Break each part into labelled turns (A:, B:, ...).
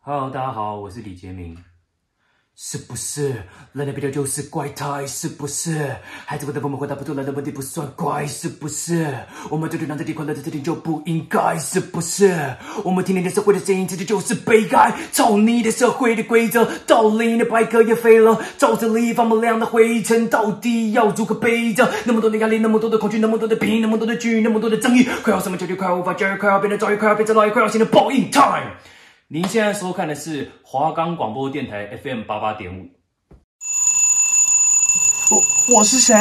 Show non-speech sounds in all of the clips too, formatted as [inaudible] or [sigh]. A: Hello，大家好，我是李杰明。是不是人类比较就是怪胎？是不是孩子们的父母回答不出来的问题不算怪？是不是我们这对男这地快乐的事情就不应该？是不是我们听见的社会的声音，这就是悲哀？操你的社会的规则，道理的白鸽也飞了，罩着里放不亮的灰尘，到底要如何背着？那么多的压力，那么多的恐惧，那么多的疲，那么多的惧，那么多的争议，快要什么焦虑，快要无法驾驭，快要变得躁郁，快要变成老爷，快要形成报应 time。您现在收看的是华冈广播电台 FM 八八点五。
B: 我我是谁？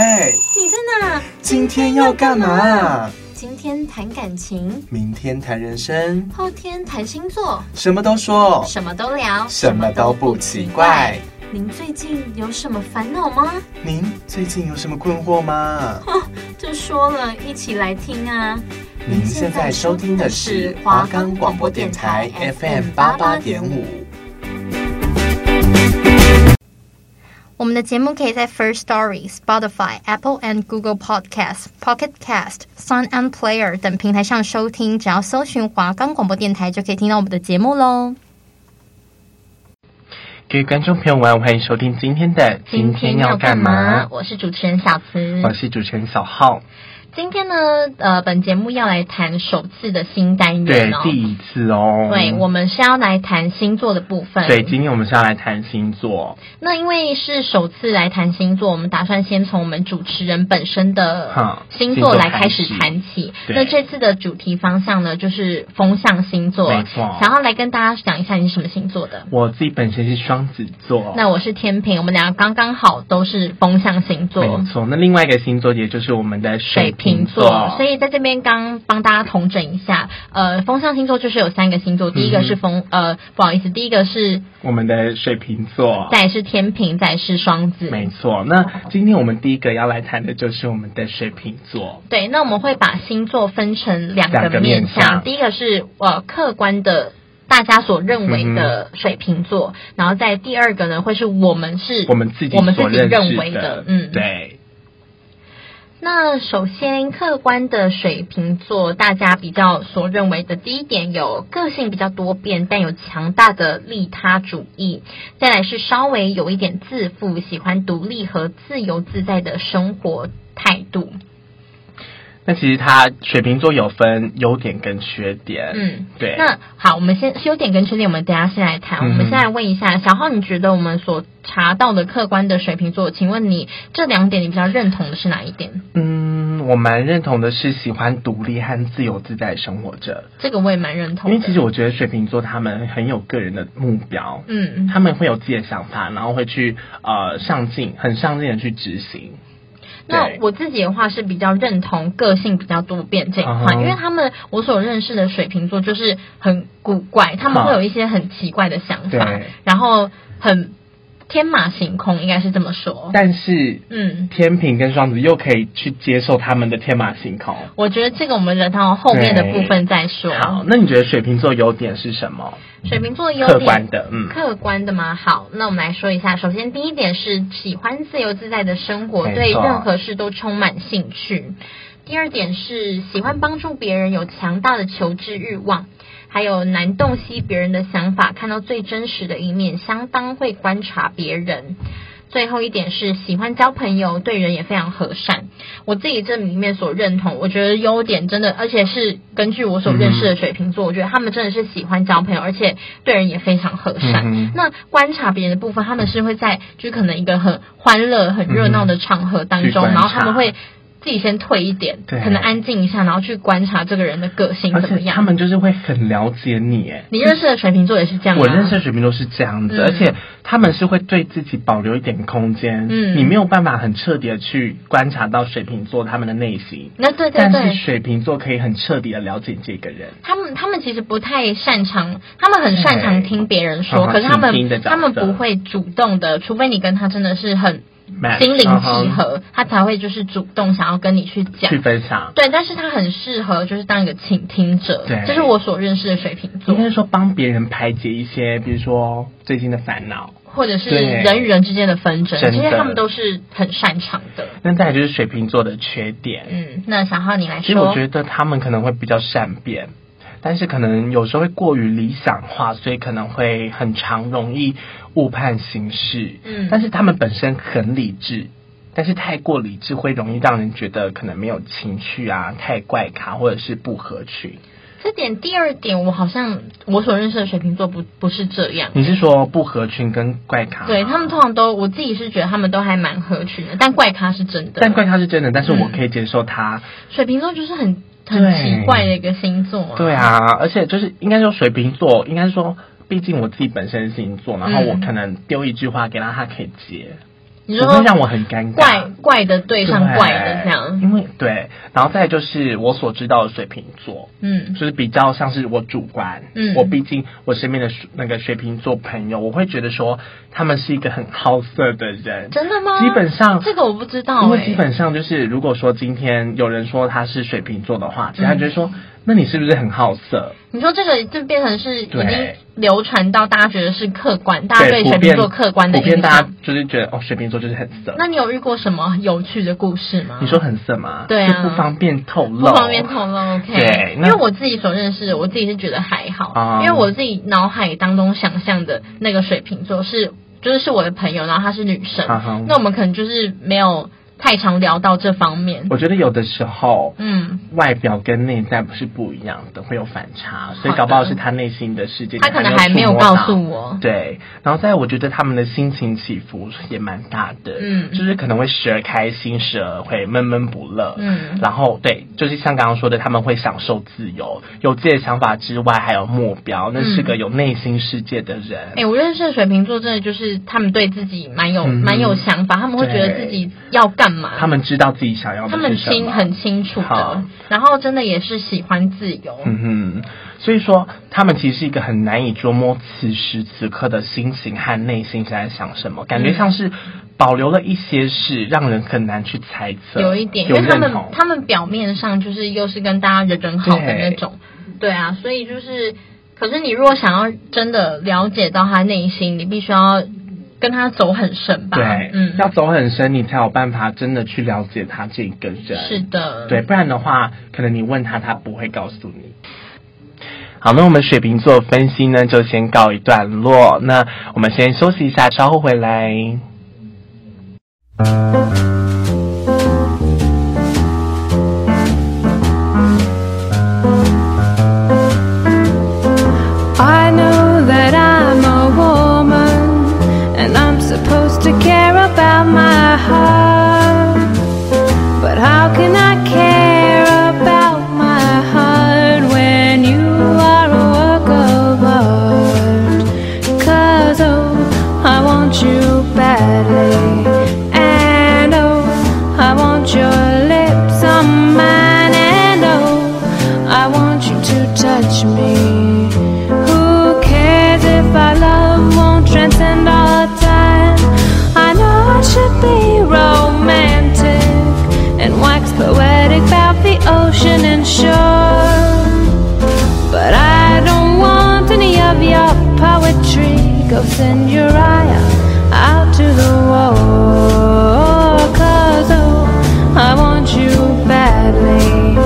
C: 你在哪？
B: 今天要干嘛？
C: 今天谈感情，
B: 明天谈人生，
C: 后天谈星座，
B: 什么都说，
C: 什么都聊，
B: 什么都不奇怪。
C: 您最近有什么烦恼吗？
B: 您最近有什么困惑
D: [laughs]
B: 吗？
C: 就说了，一起来听啊！
B: 您现在收听的是华冈广播电台 FM 八八点五。
C: 我们的节目可以在 First Story、Spotify、Apple and Google Podcast、Pocket Cast、Sound and Player 等平台上收听，只要搜寻华冈广播电台就可以听到我们的节目喽。
D: 各位观众朋友们，欢迎收听今天的《今天要干嘛》，
C: 我是主持人小慈，
D: 我是主持人小浩。
C: 嗯今天呢，呃，本节目要来谈首次的新单
D: 对
C: 元哦，。
D: 第一次哦，
C: 对，我们是要来谈星座的部分。
D: 对，今天我们是要来谈星座，
C: 那因为是首次来谈星座，我们打算先从我们主持人本身的
D: 哈
C: 星座来开始
D: 星座开
C: 谈起。
D: 对
C: 那这次的主题方向呢，就是风象星座。
D: 没错
C: 想要来跟大家讲一下你是什么星座的。
D: 我自己本身是双子座，
C: 那我是天平，我们俩刚刚好都是风象星座。
D: 没错。那另外一个星座也就是我们的
C: 水
D: 瓶
C: 瓶座，所以在这边刚帮大家统整一下，呃，风象星座就是有三个星座，
D: 嗯
C: 第一个是风，呃，不好意思，第一个是，
D: 我们的水瓶座，
C: 再来是天平，再来是双子，
D: 没错。那今天我们第一个要来谈的就是我们的水瓶座，
C: 对，那我们会把星座分成两个
D: 两个
C: 面
D: 面
C: 向，
D: 向
C: 第一个是呃客观的。大家所认为
D: 嗯
C: 的水瓶座，然后在第二个呢，会是我们是
D: 我们自己
C: 我们自
D: 所
C: 己
D: 认
C: 认
D: 识
C: 为嗯，。
D: 对，
C: 那首先，客观的水瓶座，大家比较所认为的第一点有个性比较多变，但有强大的利他主义；再来是稍微有一点自负，喜欢独立和自由自在的生活态度。
D: 那其实它水瓶座有分优点跟缺点，
C: 嗯，
D: 对。
C: 那好，我们先优点跟缺点，我们等一下先来谈。
D: 嗯
C: 我们先来问一下小浩，你觉得我们所查到的客观的水瓶座，请问你这两点你比较认同的是哪一点？
D: 嗯，我蛮认同的是喜欢独立和自由自在生活着，
C: 这个我也蛮认同
D: 因
C: 的。
D: 为其实我觉得水瓶座他们很有个人的目标，
C: 嗯，
D: 他们会有自己的想法，然后会去呃上进，很上进的去执行。
C: 那
D: 对
C: 我自己的话是比较认同个性比较多变这一块
D: 嗯哼
C: 因为他们我所认识的水瓶座就是很古怪，他们
D: 好
C: 会有一些很奇怪的想法
D: 对，
C: 然后很天马行空，应该是这么说。
D: 但是
C: 嗯，
D: 天平跟双子又可以去接受他们的天马行空。
C: 我觉得这个我们留到后面的
D: 对
C: 部分再说。
D: 好，那你觉得水瓶座优点是什么？
C: 水瓶座的优
D: 客
C: 点
D: 观的，嗯，
C: 客观的吗？好，那我们来说一下。首先，第一点是喜欢自由自在的生活，
D: 没错
C: 对任何事都充满兴趣。第二点是喜欢帮助别人，有强大的求知欲望，还有难洞悉别人的想法，看到最真实的一面，相当会观察别人。最后一点是喜欢交朋友，对人也非常和善。我自己这里面所认同，我觉得优点真的，而且是根据我所认识的水瓶座，我觉得他们真的是喜欢交朋友，而且对人也非常和善。
D: 嗯哼
C: 那观察别人的部分，他们是会在就可能一个很欢乐、很热闹的场合当
D: 去
C: 中，
D: 观察
C: 然后他们会自己先退一点，
D: 对
C: 可能安静一下，然后去观察这个人的个性
D: 而
C: 怎么
D: 且他
C: 样。
D: 们就是会很了解你，哎，
C: 你认识的水瓶座也是这样吗？
D: 我认识的水瓶座是这样子，
C: 啊嗯
D: 而且他们是会对自己保留一点空间，
C: 嗯
D: 你没有办法很彻底的去观察到水瓶座他们的内心，
C: 那对对
D: 但
C: 对
D: 是，水瓶座可以很彻底的了解这个人。
C: 他们他们其实不太擅长，他们很擅长
D: 对
C: 听别人说，
D: 嗯哼
C: 可是他
D: 倾听的
C: 们
D: 角色
C: 他们不会主动的，除非你跟他真的是很
D: Match，
C: 心灵契
D: 嗯哼
C: 合，他才会就是主动想要跟你去讲
D: 去。分享，
C: 对，但是他很适合就是当一个倾听者，
D: 对
C: 这是我所认识的水瓶座
D: 应，该说帮别人排解一些，比如说最近的烦恼。
C: 或者是
D: 对
C: 人与人之间的纷争，这
D: 真的
C: 些他们都是很擅长的。
D: 那再来就是水瓶座的缺点，
C: 嗯，那小浩你来
D: 其实我
C: 说，
D: 觉得他们可能会比较善变，但是可能有时候会过于理想化，所以可能会很常容易误判形势。
C: 嗯
D: 但是他们本身很理智，但是太过理智会容易让人觉得可能没有情趣啊，太怪咖或者是不合群。
C: 这点第二点，我好像我所认识的水瓶座不不是这样。
D: 你是说不合群跟怪咖？
C: 对他们通常都，我自己是觉得他们都还蛮合群的，但怪咖是真的。
D: 但怪咖是真的，但是我
C: 嗯
D: 可以接受他。
C: 水瓶座就是很很
D: 对
C: 奇怪的一个星座、啊。
D: 对，啊，而且就是应该说水瓶座，应该说，毕竟我自己本身是星座，然后我可能丢一句话给他，他可以接，
C: 嗯你
D: 不会
C: 说
D: 让我很尴尬。
C: 怪怪的对上怪的这
D: 对
C: 样，
D: 因为对，然后再来就是我所知道的水瓶座，
C: 嗯
D: 就是比较像是我主观，
C: 嗯
D: 我毕竟我身边的水那个水瓶座朋友，我会觉得说他们是一个很好色的人，
C: 真的吗？
D: 基本上
C: 这个我不知道、欸，
D: 因为基本上就是，如果说今天有人说他是水瓶座的话，其他人就会说，
C: 嗯
D: 那你是不是很好色？
C: 你说这个就变成是已经
D: 对
C: 流传到大家觉得是客观，大家啊对
D: 普
C: 水瓶
D: 遍
C: 座客观的
D: 普遍
C: 印
D: 大家
C: 象。
D: 就是觉得哦，水瓶座就是很色。
C: 那你有遇过什么有趣的故事吗？
D: 你说很色吗？
C: 对啊
D: 就不方便透
C: 不
D: 露，
C: 方便透露，OK？
D: 对
C: 因
D: 那
C: 为我自己所认识的，我自己是觉得还好，
D: 啊
C: 因为我自己脑海当中想象的那个水瓶座是，就是是我的朋友，然后她是女生，
D: 啊哈
C: 那我们可能就是没有太常聊到这方面，
D: 我觉得有的时候。
C: 嗯。
D: 外表跟内在不是不一样的，会有反差，所以
C: 好的
D: 搞不好是他内心的世界，
C: 他可能还没有
D: 你触摸
C: 告
D: 到
C: 诉我
D: 对，然后再来我觉得他们的心情起伏也蛮大的，
C: 嗯
D: 就是可能会时而开心，时而会闷闷不乐，
C: 嗯
D: 然后对，就是像刚刚说的，他们会享受自由，有自己的想法之外，还有目标，那是个有内心世界的人。
C: 嗯哎、我认识的水瓶座真的就是他们对自己蛮有
D: 嗯
C: 蛮、有想法，他们会觉得
D: 对
C: 自己要干嘛，
D: 他们知道自己想要的
C: 他们
D: 是什
C: 清
D: 么，
C: 很清楚的
D: 好，
C: 然后真的也是喜欢自由。
D: 嗯哼，所以说他们其实是一个很难以捉摸此时此刻的心情和内心在想什么，
C: 嗯
D: 感觉像是保留了一些事，让人很难去猜测，
C: 有一点，因
D: 有
C: 为他们
D: 认同。
C: 他们表面上就是又是跟大家人人好的
D: 对
C: 那种，对啊，所以就是，可是你如果想要真的了解到他内心，你必须要跟他走很深吧，
D: 对，
C: 嗯，
D: 要走很深，你才有办法真的去了解他这个人。
C: 是的，
D: 对，，不然的话，可能你问他，他不会告诉你。好，那我们水瓶座分析呢，就先告一段落。那我们先休息一下，稍后回来。
C: 嗯
E: I know that I'm a woman and I'm supposed to care about my heart. But how can I care about my heart when you are a work of art? Cause oh, I want you badly. And oh, I want your lips on mine. And oh, I want you to touch me. Who cares if our love won't transcend all time? I know I should be romantic and wax poetic about the ocean and shore. But I don't want any of your poetry. Go send Uriah out to the war. Cause oh, I want you badly.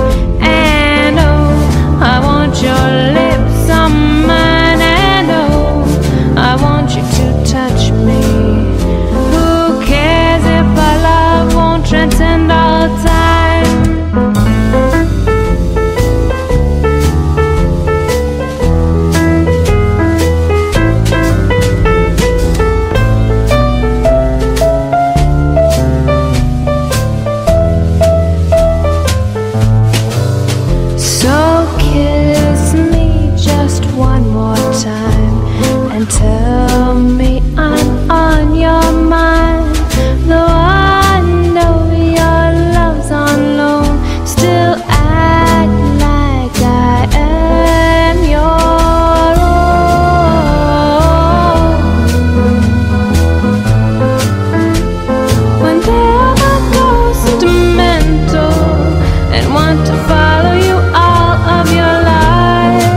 E: And oh, I want your lips on mine. And oh, I want you to touch me. Who cares if our love won't transcend all time? So kiss me just one more time and tell me I'm on your mind. Though I know your love's on loan, still act like I am your own. When they ever go sentimental and want to follow you all of your life.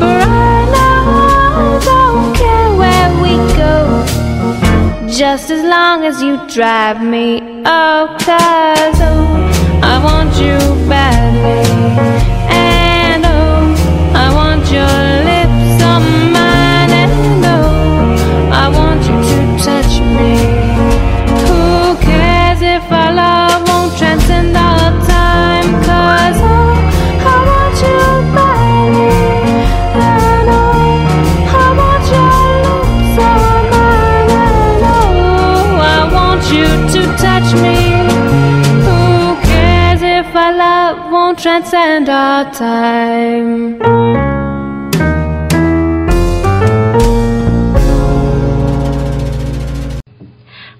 E: But right now I don't care where we go just as long as you drive me up, cause oh, I want you badly. And oh, your lips on mine and oh, I want you to touch me. Who cares if our love won't transcend all time? Cause oh, I want you by me. And oh, I want your lips on mine and oh, I want you to touch me. Who cares if our love won't transcend our time?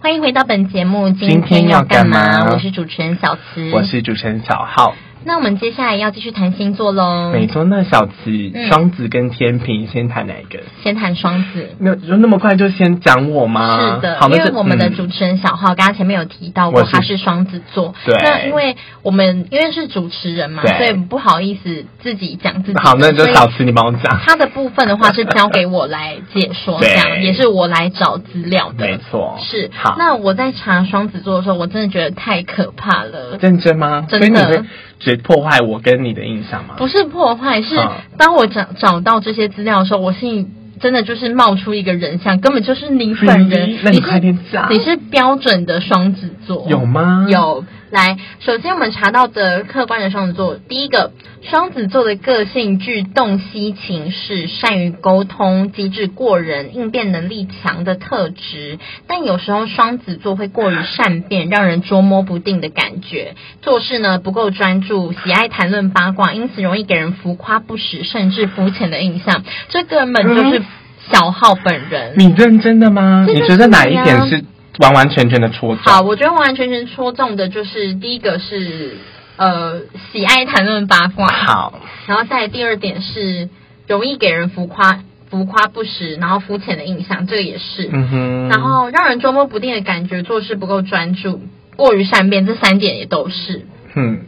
C: 欢迎回到本节目，
D: 今天要干嘛
C: 我是主持人小慈，
D: 我是主持人小浩。
C: 那我们接下来要继续谈星座喽。
D: 没错，那小慈
C: 嗯，
D: 双子跟天平，先谈哪一个？
C: 先谈双子。
D: 没有，就那么快就先讲我吗？
C: 是的
D: 啊好，，那
C: 因为
D: 就
C: 我们的
D: 嗯
C: 主持人小浩刚刚前面有提到过，
D: 我是
C: 他是双子座。
D: 对
C: 那因为我们因为是主持人嘛，
D: 对
C: 所以不好意思自己讲自己的。
D: 好，那就
C: 所以
D: 小慈你帮我讲。
C: [laughs] 他的部分的话是交给我来解
D: [laughs]
C: 说，这
D: 对
C: 样也是我来找资料
D: 没
C: 的。
D: 错，
C: 是
D: 好。，
C: 那我在查双子座的时候，我真的觉得太可怕了。
D: 认真吗？
C: 真
D: 所以你
C: 的
D: 会觉得破坏我跟你的印象吗？
C: 不是破坏，是
D: 嗯
C: 当我找找到这些资料的时候，我心里真的就是冒出一个人像，根本就是你本人
D: Really？。那
C: 你
D: 你
C: 是
D: 快点讲
C: 你是标准的双子座，
D: 有吗？。
C: 有。来，首先我们查到的客观的双子座，第一个，双子座的个性具洞悉情势，善于沟通，机智过人，应变能力强的特质。但有时候双子座会过于善变，让人捉摸不定的感觉。做事呢不够专注，喜爱谈论八卦，因此容易给人浮夸不实甚至肤浅的印象。这根本就是小号本人。
D: 你认真的吗？
C: 这
D: 你
C: 就是
D: 觉得哪一
C: 你啊
D: 点是完完全全的戳中？
C: 好，我觉得完完全全戳中的就是第一个是呃喜爱谈论八卦，
D: 好，
C: 然后再来第二点是容易给人浮夸、浮夸不实，然后肤浅的印象，这个也是。
D: 嗯哼。
C: 然后让人捉摸不定的感觉，做事不够专注，过于善变，这三点也都是。
D: 嗯，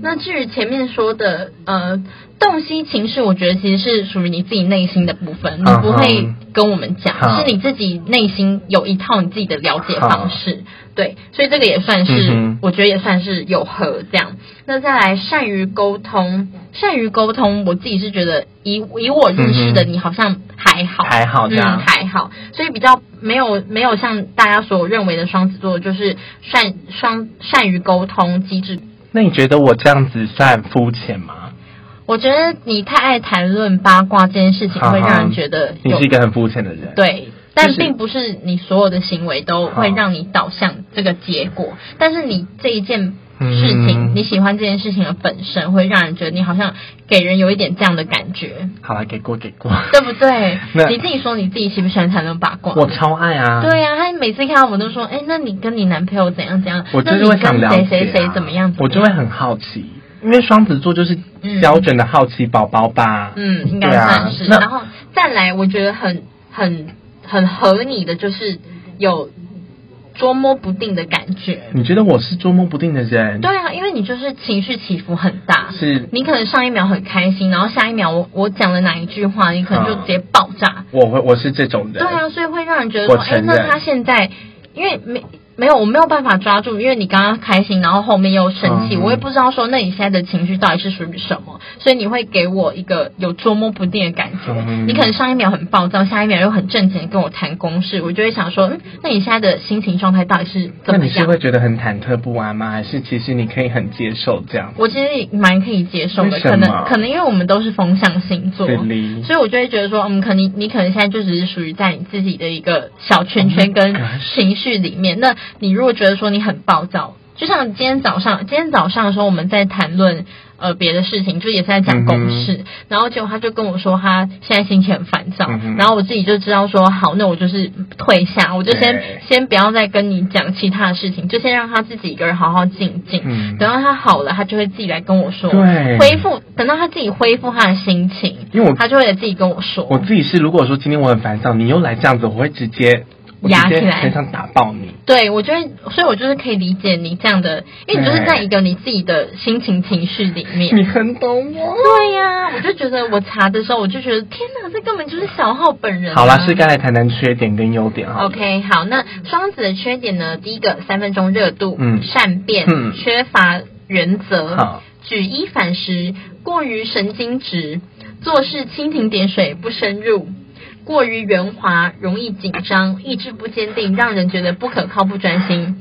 C: 那至于前面说的，呃，洞悉情势，我觉得其实是属于你自己内心的部分，你
D: 嗯哼
C: 不会跟我们讲，
D: 好
C: 是你自己内心有一套你自己的了解方式。对，所以这个也算是，
D: 啊嗯哼
C: 我觉得也算是有合这样。那再来，善于沟通，善于沟通，我自己是觉得以以我认识的
D: 嗯哼
C: 你好像还好，
D: 还好这
C: 嗯，
D: 样
C: 还好，所以比较没有没有像大家所认为的双子座，就是善双善于沟通，机智
D: 那你觉得我这样子算肤浅吗？
C: 我觉得你太爱谈论八卦这件事情，会让人觉得
D: 你
C: 有
D: 是一个很肤浅的人。。
C: 对，但
D: 就是
C: 并不是你所有的行为都会让你导向这个结果。但是你这一件事情，
D: 嗯
C: 你喜欢这件事情的本身，会让人觉得你好像给人有一点这样的感觉，
D: 好了，给过给
C: [laughs]
D: 过。
C: 对不对
D: 那？
C: 你自己说你自己喜不喜欢谈论八卦？
D: 我超爱啊。。
C: 对呀、他每次看到我都说，哎，那你跟你男朋友怎样怎样？
D: 我
C: 那
D: 就是
C: 你
D: 会想
C: 跟
D: 了解、
C: 谁谁
D: 啊、
C: 谁怎么样？怎么样
D: 我就会很好奇，因为双子座就是
C: 嗯
D: 标准的好奇宝宝吧。
C: 嗯，应该
D: 对啊
C: 算是。
D: 那
C: 然后再来，我觉得很很很合你的，就是有捉摸不定的感觉。
D: 你觉得我是捉摸不定的人？
C: 对啊，因为你就是情绪起伏很大，
D: 是
C: 你可能上一秒很开心，然后下一秒我我讲了哪一句话，你可能
D: 嗯
C: 就直接爆炸。
D: 我会我是这种人。
C: 对啊，所以会让人觉得说，
D: 我
C: 哎，
D: 承
C: 那
D: 认
C: 他现在因为没。没有，我没有办法抓住，因为你刚刚开心，然后后面又生气，
D: 嗯
C: 我也不知道说，那你现在的情绪到底是属于什么，所以你会给我一个有捉摸不定的感觉。
D: 嗯
C: 你可能上一秒很暴躁，下一秒又很正经地跟我谈公事，我就会想说，嗯，那你现在的心情状态到底是
D: 那
C: 怎么
D: 你是
C: 样？
D: 会觉得很忐忑不安吗？还是其实你可以很接受这样？
C: 我其实也蛮可以接受的，
D: 为什
C: 可
D: 么
C: 能可能因为我们都是风象星座，
D: Really？
C: 所以我就会觉得说，嗯，可能你你可能现在就只是属于在你自己的一个小圈
D: Oh
C: 圈
D: my
C: 跟
D: gosh
C: 情绪里面。那你如果觉得说你很暴躁，就像今天早上，今天早上的时候我们在谈论呃别的事情，就也是在讲公事，然后结果他就跟我说他现在心情很烦躁，
D: 嗯哼
C: 然后我自己就知道说好，那我就是退下，我就先
D: 对
C: 先不要再跟你讲其他的事情，就先让他自己一个人好好静静。
D: 嗯
C: 等到他好了，他就会自己来跟我说，
D: 对
C: 恢复。等到他自己恢复他的心情，
D: 因为我
C: 他就会自己跟我说。
D: 我自己是，如果说今天我很烦躁，你又来这样子，我会直接我直
C: 压起
D: 接
C: 来
D: 很想打爆你。
C: 对，我觉得，所以我就是可以理解你这样的，因为你就是在一个你自己的心情情绪里面。
D: 你很懂我。
C: 对呀、我就觉得我查的时候，我就觉得天哪，这根本就是小号本人、啊
D: 好啦，是。该来谈谈缺点跟优点啊哈。
C: OK，好，那双子的缺点呢？第一个，三分钟热度，
D: 嗯
C: 善变，
D: 嗯
C: 缺乏原则，
D: 好
C: 举一反十，过于神经质。做事蜻蜓点水，不深入。过于圆滑，容易紧张，意志不坚定，让人觉得不可靠、不专心，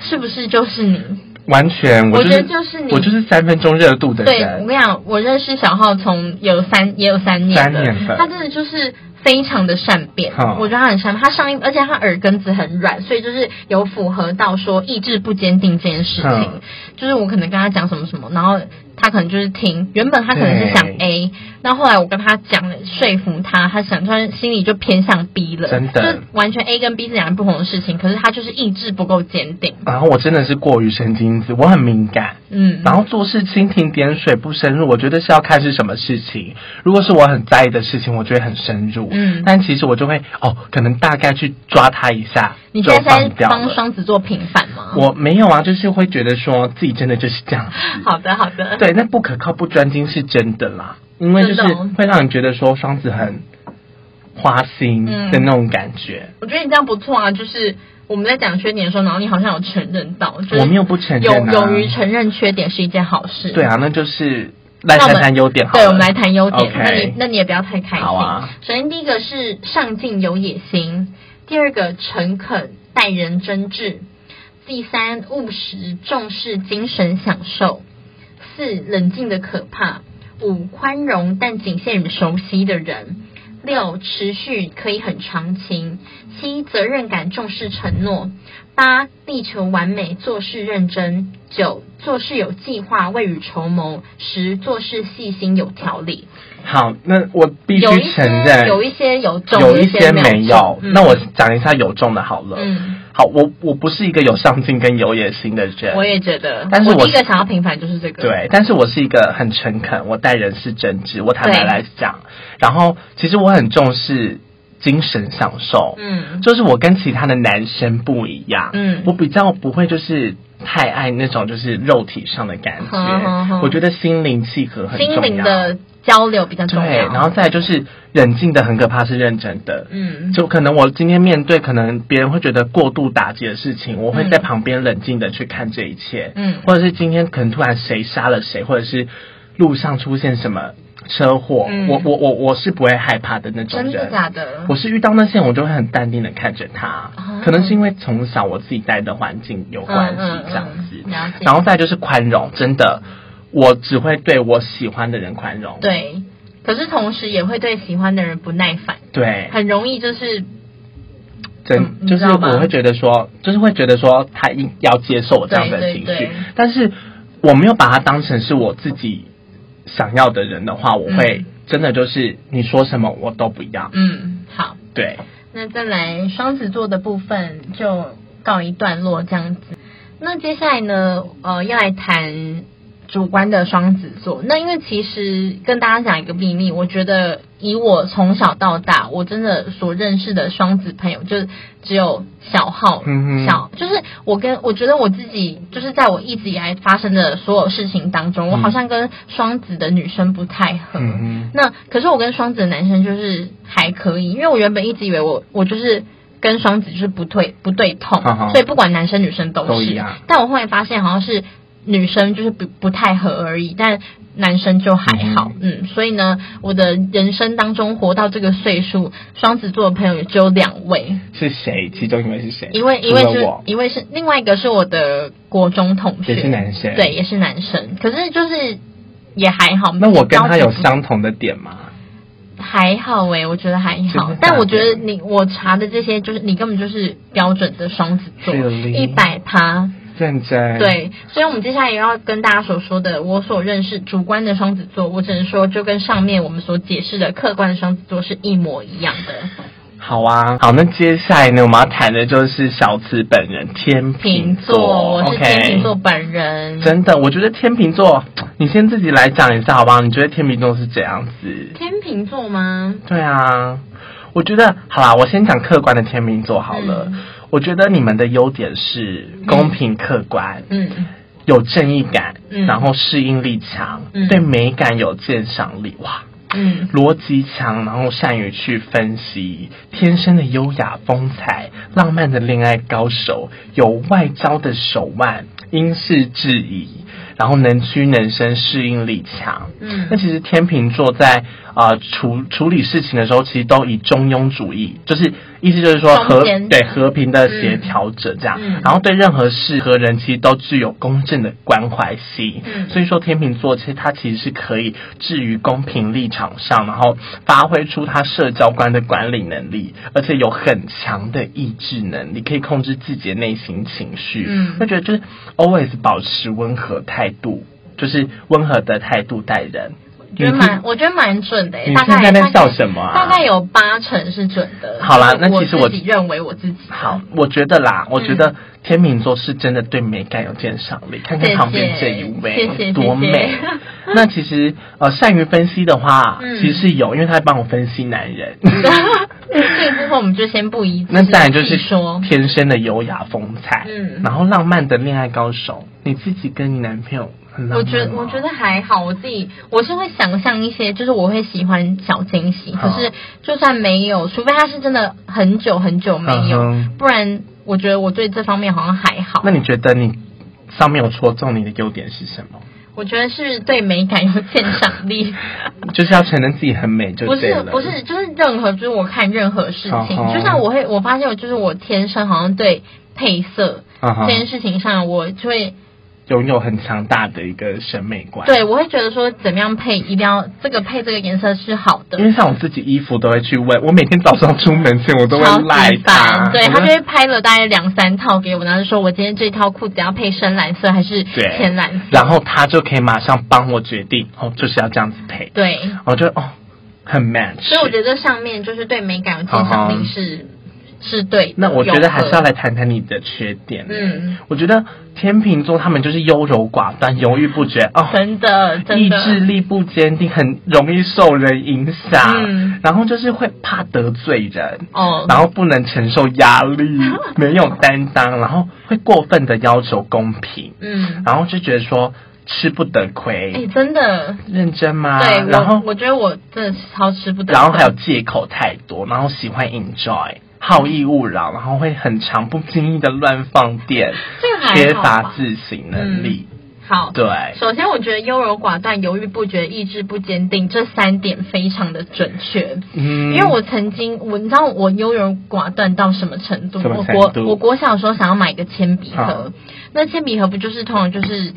C: 是不是就是你？
D: 完全，我、
C: 我
D: 就
C: 觉
D: 是、
C: 得就是你
D: 我就是三分钟热度的
C: 对，我跟
D: 人，
C: 你讲，我认识小浩从有三也有三年了，
D: 三年了
C: 他真的就是非常的善变，
D: 哦
C: 我觉得他很善变，他上一而且他耳根子很软，所以就是有符合到说意志不坚定这件事情，
D: 嗯
C: 就是我可能跟他讲什么什么，然后他可能就是听，原本他可能是想
D: 对
C: A，那后来我跟他讲了说服他，他想突然心里就偏向 B 了，
D: 真的
C: 就是完全 A 跟 B 是两件不同的事情，可是他就是意志不够坚定，
D: 然后我真的是过于神经质，我很敏感。
C: 嗯，
D: 然后做事蜻蜓点水不深入，我觉得是要看是什么事情。如果是我很在意的事情，我就会很深入。
C: 嗯
D: 但其实我就会哦，可能大概去抓他一下，
C: 你
D: 就
C: 现在
D: 放
C: 是在
D: 掉
C: 帮
D: 了。
C: 双子座平反吗？
D: 我没有啊，就是会觉得说自己真的就
C: [laughs]
D: 是这样子。
C: 好的，好的。
D: 对，那不可靠、不专心是真的啦，因为就是
C: 真的哦
D: 会让你觉得说双子很花心
C: 嗯
D: 的那种感觉。
C: 我觉得你这样不错啊，就是我们在讲缺点的时候，然后你好像有承认到，就是
D: 我没有不承
C: 有
D: 认啊
C: 勇于承认缺点是一件好事。
D: 对啊，那就是来
C: 那我
D: 谈
C: 们
D: 谈优点好了。
C: 对，我们来谈优点。
D: OK
C: 那你那你也不要太开心。
D: 好啊
C: 首先第一个是上进有野心，第二个诚恳待人真挚，第三务实重视精神享受，四冷静的可怕，五宽容但仅限于熟悉的人。六持续可以很长情，七责任感重视承诺，八力求完美，做事认真；九做事有计划，未雨绸缪；十做事细心有条理。
D: 好，那我必须
C: 有一
D: 承
C: 些
D: 认，
C: 有一些有中，
D: 有
C: 一
D: 些
C: 没
D: 没有。
C: 中
D: 那我
C: 嗯
D: 讲一下有中的好了。
C: 嗯，
D: 好，我我不是一个有上进跟有野心的人，
C: 我也觉得，
D: 但是
C: 我
D: 我
C: 第一个想要平反就是这个。，
D: 对，但是我是一个很诚恳，我待人是真挚，我坦白
C: 对
D: 来讲，然后其实我很重视精神享受，
C: 嗯
D: 就是我跟其他的男生不一样，
C: 嗯
D: 我比较不会就是太爱那种就是肉体上的感觉，
C: 哼哼哼
D: 我觉得心灵契合很重
C: 心
D: 要，
C: 灵的交流比较重要。
D: 对，然后再来就是冷静的很可怕，是认真的，
C: 嗯，
D: 就可能我今天面对可能别人会觉得过度打击的事情，我会在旁边冷静的去看这一切，
C: 嗯
D: 或者是今天可能突然谁杀了谁，或者是路上出现什么车祸，
C: 嗯
D: 我我我我是不会害怕的那种
C: 真
D: 人，
C: 的假的？
D: 我是遇到那些人，我就会很淡定的看着他，
C: 哦
D: 可能是因为从小我自己待的环境有关系
C: 嗯嗯嗯
D: 这样子，
C: 了解
D: 然后再就是宽容，真的，我只会对我喜欢的人宽容，
C: 对，可是同时也会对喜欢的人不耐烦，
D: 对，
C: 很容易就是嗯
D: 真
C: 你
D: 就
C: 知
D: 是
C: 道吗
D: 我会觉得说，就是会觉得说他应要接受我这样的
C: 对对
D: 情
C: 对
D: 绪，但是我没有把他当成是我自己想要的人的话，我会
C: 嗯
D: 真的就是你说什么我都不要，
C: 嗯好。
D: 对。
C: 那再来双子座的部分就告一段落这样子。那接下来呢，呃，要来谈主观的双子座。那因为其实跟大家讲一个秘密，我觉得以我从小到大，我真的所认识的双子朋友，就只有小浩、
D: 嗯哼
C: 小，就是我跟我觉得我自己，就是在我一直以来发生的所有事情当中，我好像跟双子的女生不太合。
D: 嗯哼
C: 那可是我跟双子的男生就是还可以，因为我原本一直以为我我就是跟双子就是不对不对痛，
D: 哈啊哈
C: 所以不管男生女生都
D: 都
C: 是。
D: 一样
C: 但我后来发现好像是女生就是不不太合而已，但男生就还好。嗯所以呢，我的人生当中活到这个岁数，双子座的朋友也只有两位，
D: 是谁？其中一位是谁？
C: 一位一位
D: 除了
C: 是
D: 我，
C: 一位是另外一个是我的国中同学，
D: 也是男生
C: 对，也是男生。可是就是也还好，
D: 那我跟他有
C: 交集不
D: 相同的点吗？
C: 还好诶、我觉得还
D: 真的假
C: 好
D: 的，
C: 但我觉得你我查的这些，就是你根本就是标准的双子座，
D: Really？
C: 一百趴。
D: 认真。，
C: 对，所以我们接下来也要跟大家所说的，我所认识主观的双子座，我只能说就跟上面我们所解释的客观的双子座是一模一样的。
D: 好啊，好。那接下来呢，我们要谈的就是小慈本人天
C: 瓶
D: 秤
C: 座，我是
D: OK
C: 天秤座本人。
D: 真的，我觉得天秤座，你先自己来讲一下好不好？你觉得天秤座是怎样子？
C: 天秤座吗？
D: 对啊，我觉得好啦，我先讲客观的天秤座好了。
C: 嗯
D: 我觉得你们的优点是公平、客观、
C: 嗯，
D: 有正义感，
C: 嗯
D: 然后适应力强，
C: 嗯
D: 对美感有鉴赏力，哇，
C: 嗯，
D: 逻辑强，然后善于去分析，天生的优雅风采，浪漫的恋爱高手，有外交的手腕，因事制宜，然后能屈能伸，适应力强。
C: 嗯
D: 那其实天秤座在啊处处理事情的时候，其实都以中庸主义，就是意思就是说和
C: 中间
D: 对和平的协调者这样，
C: 嗯嗯
D: 然后对任何事和人其实都具有公正的关怀心。
C: 嗯
D: 所以说天秤座其实他其实是可以置于公平立场上，然后发挥出他社交观的管理能力，而且有很强的意志能力，可以控制自己的内心情绪。
C: 嗯
D: 我觉得就是 always 保持温和态度，就是温和的态度待人。
C: 觉
D: 你
C: 得
D: 听
C: 蛮，我觉得蛮准的耶，欸
D: 你
C: 大
D: 现在
C: 概
D: 在笑
C: 大概
D: 什么啊
C: 大概有八成是准的。
D: 好啦那其实我
C: 自己认为我自己
D: 好，我觉得啦，我觉
C: 嗯
D: 得天秤座是真的对美感有鉴赏力。看
C: 谢
D: 看
C: 谢
D: 旁边这一位
C: 谢谢
D: 多
C: 谢谢 [laughs]
D: 美。那其实呃，善于分析的话，
C: 嗯
D: 其实是有，因为他帮我分析男人。
C: [laughs] 这个部分我们就先不一致。
D: [laughs] 那再来就是
C: 细说，
D: 天生的优雅风采，
C: 嗯
D: 然后浪漫的恋爱高手。你自己跟你男朋友很浪漫
C: 我觉得
D: 吗
C: 我觉得还好，我自己我是会想象一些，就是我会喜欢小惊喜，
D: 好
C: 可是就算没有，除非他是真的很久很久没有，
D: 嗯哼
C: 不然我觉得我对这方面好像还好。
D: 那你觉得你上面有戳中你的优点是什么？
C: 我觉得是对美感有鉴赏
D: [laughs]
C: 力。
D: 就是要承认自己很美就
C: 不
D: 对
C: 是
D: 了。
C: 不是，就是任何，就是我看任何事情
D: 哦吼
C: 就像我会，我发现我就是我天生好像对配色、
D: 啊哈
C: 这件事情上，我就会
D: 拥有很强大的一个审美观。，
C: 对我会觉得说怎么样配一定要这个配这个颜色是好的
D: 因，为像我自己衣服都会去问，我每天早上出门前我都
C: 超
D: 会赖
C: 级
D: 他，
C: 烦，对
D: 我
C: 他就会拍了大概两三套给我，然后就说我今天这套裤子要配深蓝色还是
D: 对
C: 浅蓝色，
D: 然后他就可以马上帮我决定，哦，就是要这样子配，
C: 对，
D: 我就哦很 match。
C: 所以我觉得上面就是对美感有鉴赏
D: 好好
C: 力是是对的，
D: 嗯那我觉
C: 有
D: 得还
C: 合
D: 是要来谈谈你的缺点。
C: 嗯，
D: 我觉得天秤座他们就是优柔寡断、犹豫不决哦，
C: 真的真
D: 意
C: 的
D: 志力不坚定，很容易受人影响，
C: 嗯
D: 然后就是会怕得罪人，
C: 哦
D: 然后不能承受压力，没有担当，然后会过分的要求公平，
C: 嗯。
D: 然后就觉得说吃不得亏，
C: 哎、真的，
D: 认真吗？
C: 对
D: 啊然
C: 我
D: 后
C: 我觉得我真的是超吃不得的。
D: 然后还有借口太多，然后喜欢 enjoy。好逸恶劳，然后会很常不经意的乱放电，
C: 这个还好
D: 缺乏
C: 吧嗯
D: 自省能力。
C: 好，
D: 对，
C: 首先我觉得优柔寡断、犹豫不决、意志不坚定这三点非常的准确。
D: 嗯，
C: 因为我曾经，我你知道我优柔寡断到什么程度？
D: 什么
C: 我
D: 程
C: 国
D: 度
C: 我国小的时候想要买一个铅笔
D: 好
C: 盒，那铅笔盒不就是通常就是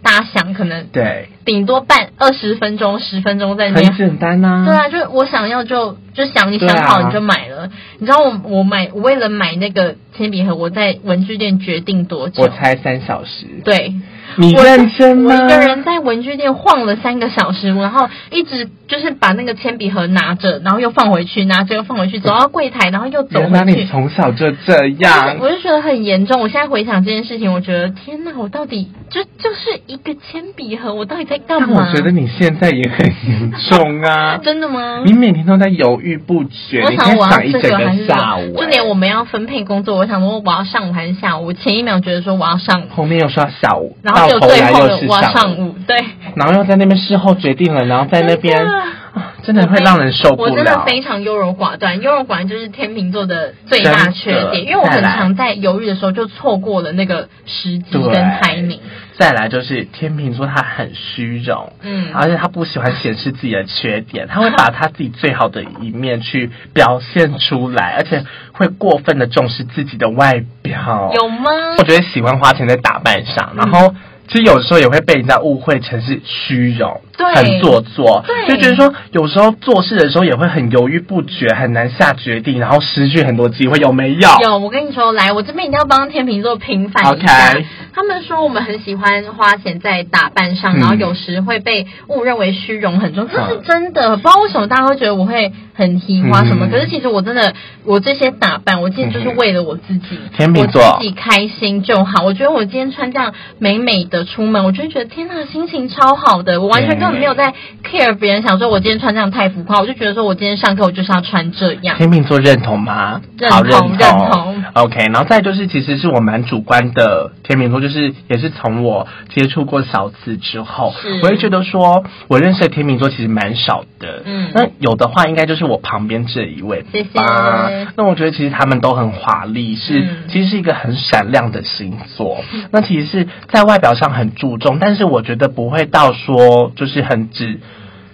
C: 大家想可能
D: 对
C: 顶多半二十分钟、十分钟在那
D: 很
C: 边
D: 简单呐、
C: 对啊，就是我想要就就想你
D: 对啊
C: 想好你就买了。你知道我我买我为了买那个铅笔盒，我在文具店决定多久？
D: 我才三小时。
C: 对，
D: 你
C: 啊我
D: 认真吗？
C: 我一个人在文具店晃了三个小时，然后一直就是把那个铅笔盒拿着，然后又放回去，拿着又放回去，走到柜台，然后又走
D: 原来
C: 回
D: 你
C: 去。
D: 从小就这样
C: [laughs] 就是，我就觉得很严重。我现在回想这件事情，我觉得天哪，我到底就就是一个铅笔盒，我到底在干
D: 但
C: 嘛？。
D: 我觉得你现在也很严重啊
C: [laughs] 真的吗？
D: 你每天都在犹豫不决，
C: 我
D: 你可
C: 想
D: 以
C: 我要
D: 想一
C: 这
D: 整
C: 个欸还是
D: 个
C: 这个
D: 下午、欸
C: 就连我们要分配工作，我想说我要上午还是下午，我前一秒觉得说我要上午，
D: 后面又说下午，
C: 然后
D: 到
C: 就
D: 头
C: 最
D: 来
C: 后
D: 又
C: 的
D: 是
C: 我要上
D: 午，
C: 午，对，
D: 然后又在那边事后决定了，然后在那边
C: 真的
D: 啊真的会让人受不
C: 我真的
D: 了。
C: 非常优柔寡断，优柔寡断就是天秤座的最大缺
D: 真的
C: 点，因为我很
D: 再来
C: 常在犹豫的时候就错过了那个时机跟
D: 对
C: timing。
D: 再来就是天秤座，他很虚荣，
C: 嗯
D: 而且他不喜欢显示自己的缺点，他会把他自己最好的一面去表现出来，而且会过分的重视自己的外表。
C: 有吗？
D: 我觉得喜欢花钱在打扮上，然后。其实有时候也会被人家误会成是虚荣，
C: 对
D: 很做作，
C: 对
D: 就觉得说有时候做事的时候也会很犹豫不决，很难下决定，然后失去很多机会，有没有？
C: 有，我跟你说，来，我这边一定要帮天秤座平反一下。
D: OK
C: 他们说我们很喜欢花钱在打扮上，
D: 嗯
C: 然后有时会被误认为虚荣很重，这
D: 好
C: 是真的。不知道为什么大家会觉得我会很嘻花什么，
D: 嗯
C: 可是其实我真的，我这些打扮，我今天就是为了我自己，
D: 天秤座
C: 我自己开心就好。我觉得我今天穿这样美美的出门，我就会觉得天呐，心情超好的。我完全
D: 对
C: 根本没有在 care 别人，想说我今天穿这样太浮夸，我就觉得说我今天上课我就是要穿这样。
D: 天秤座认同吗？
C: 认同
D: 好认
C: 认同
D: OK，然后再就是，其实是我蛮主观的天秤座，就是也是从我接触过小资之后
C: 是，
D: 我会觉得说，我认识的天秤座其实蛮少的。
C: 嗯
D: 那有的话应该就是我旁边这一位
C: 谢谢
D: 吧。那我觉得其实他们都很华丽，是、
C: 嗯
D: 其实是一个很闪亮的星座。那其实是在外表上很注重，但是我觉得不会到说就是很只。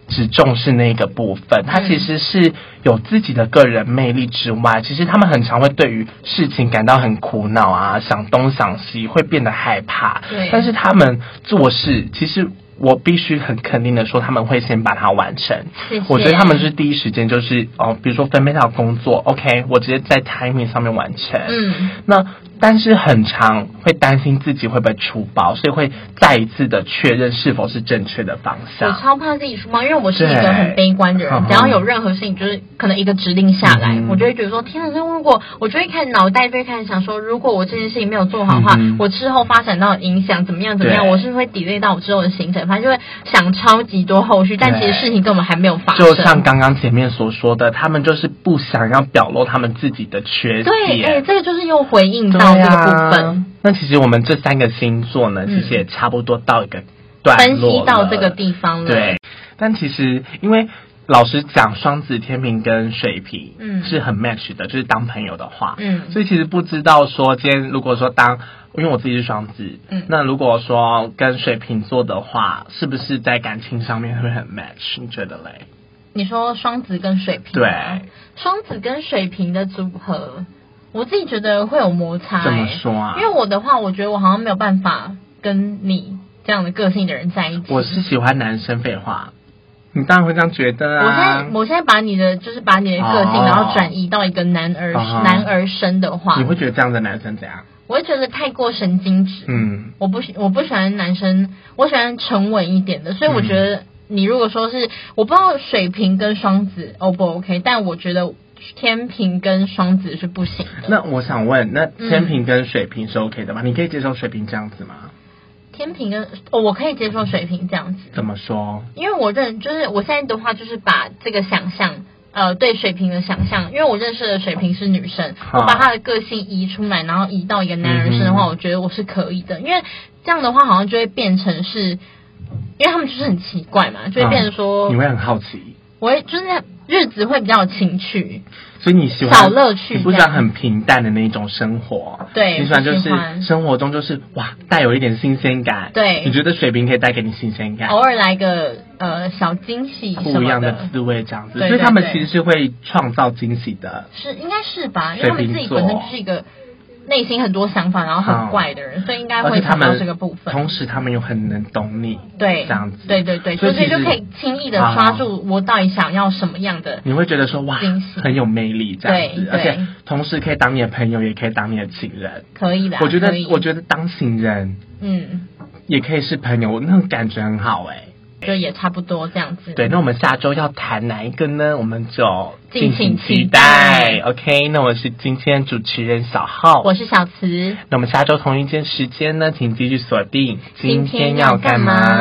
D: 只重视那个部分，他其实是有自己的个人魅力之外，其实他们很常会对于事情感到很苦恼啊，想东想西，会变得害怕
C: 对。
D: 但是他们做事，其实我必须很肯定的说，他们会先把它完成。
C: 谢谢
D: 我觉得他们是第一时间就是哦，比如说分配到工作，OK，我直接在 timing 上面完成。
C: 嗯，
D: 那但是很常会担心自己会不会出包，所以会再一次的确认是否是正确的方
C: 我
D: 向。
C: 超怕自己出包，因为我是一个
D: 对
C: 很悲观的人
D: 嗯，
C: 只要有任何事情，就是可能一个指令下来，
D: 嗯
C: 我就会觉得说，天啊哪！那如果我就会开始脑袋就会开始想说，如果我这件事情没有做好的话，
D: 嗯哼
C: 我之后发展到的影响怎么样怎么样，
D: 对
C: 我是不是会 delay 到我之后的行程，反正就会想超级多后续，但其实
D: 对
C: 事情根本还没有发生。
D: 就像刚刚前面所说的，他们就是不想要表露他们自己的缺
C: 对，哎、
D: 点。
C: 这个就是又回应到
D: 对
C: 这
D: 啊
C: 个
D: 呀、
C: 部分，
D: 那其实我们这三个星座呢，
C: 嗯
D: 其实也差不多到一个段
C: 分
D: 落
C: 析到
D: 了
C: 这个地方了。
D: 对，但其实因为老实讲，双子、天平跟水瓶，
C: 嗯
D: 是很 match 的，就是当朋友的话，
C: 嗯
D: 所以其实不知道说今天如果说当。因为我自己是双子，
C: 嗯
D: 那如果说跟水瓶座的话，是不是在感情上面会很 match？你觉得嘞？
C: 你说双子跟水瓶，
D: 对，
C: 双子跟水瓶的组合，我自己觉得会有摩擦、欸。
D: 怎么说啊
C: 因为我的话，我觉得我好像没有办法跟你这样的个性的人在一起。
D: 我是喜欢男生，废话，你当然会这样觉得
C: 我现在
D: 啊。
C: 我现在把你的就是把你的个性，
D: 哦
C: 然后转移到一个男儿、
D: 哦
C: 男儿身的话
D: 你，会觉得这样的男生怎样？
C: 我会觉得太过神经质。
D: 嗯，
C: 我不喜我不喜欢男生，我喜欢沉稳一点的，所以我觉
D: 嗯
C: 得你如果说是我不知道水瓶跟双子 O 不 OK，但我觉得天平跟双子是不行的。
D: 那我想问，那天平跟水瓶是 OK 的吗？你可以接受水瓶这样子吗？
C: 天平跟、哦、我可以接受水瓶这样子，
D: 怎么说？
C: 因为我认就是我现在的话就是把这个想象。呃，对水瓶的想象，因为我认识的水瓶是女生，
D: 好
C: 我把她的个性移出来，然后移到一个男人身的
D: 嗯
C: 话，
D: 哼
C: 我觉得我是可以的，因为这样的话好像就会变成是，因为他们就是很奇怪嘛，就会变成说、
D: 嗯你会很好奇，
C: 我会就是那日子会比较有情趣，
D: 所以你喜欢
C: 小乐趣
D: 你不喜欢很平淡的那种生活，
C: 对
D: 你喜欢就
C: 我喜欢
D: 是生活中就是哇，带有一点新鲜感。
C: 对
D: 你觉得水瓶可以带给你新鲜感
C: 偶，尔来个呃小惊喜什
D: 啊不一
C: 么
D: 样的滋味这样子，
C: 对
D: 所以他
C: 对
D: 们
C: 对
D: 其实是会创造惊喜的。
C: 是应该是吧？因为他们自
D: 水瓶
C: 己
D: 座
C: 本身就是一个内心很多想法，然后很怪的人，所以应该
D: 嗯而
C: 会
D: 且他
C: 想到
D: 们
C: 这个部分。
D: 同时他们又很能懂你，
C: 对，
D: 这样子，
C: 对对对，所
D: 所以
C: 以
D: 其实
C: 就可以轻易的抓住我到底想要什么样的。
D: 你会觉得说哇
C: 惊喜，
D: 很有魅力这样
C: 对
D: 子，
C: 对
D: 而且同时可以当你的朋友，也可以当你的情人。
C: 可以啦，
D: 我觉得
C: 啊可以，
D: 我觉得当情人
C: 嗯，
D: 也可以是朋友，那种感觉很好哎、
C: 就也差不多这样子。
D: 对，那我们下周要谈哪一个呢？我们就
C: 敬
D: 敬
C: 请
D: 请
C: 期
D: 期
C: 待
D: 待。OK，那我是今天主持人小浩，
C: 我是小慈，
D: 那我们下周同一间时间呢，请继续锁定。
C: 今天要干嘛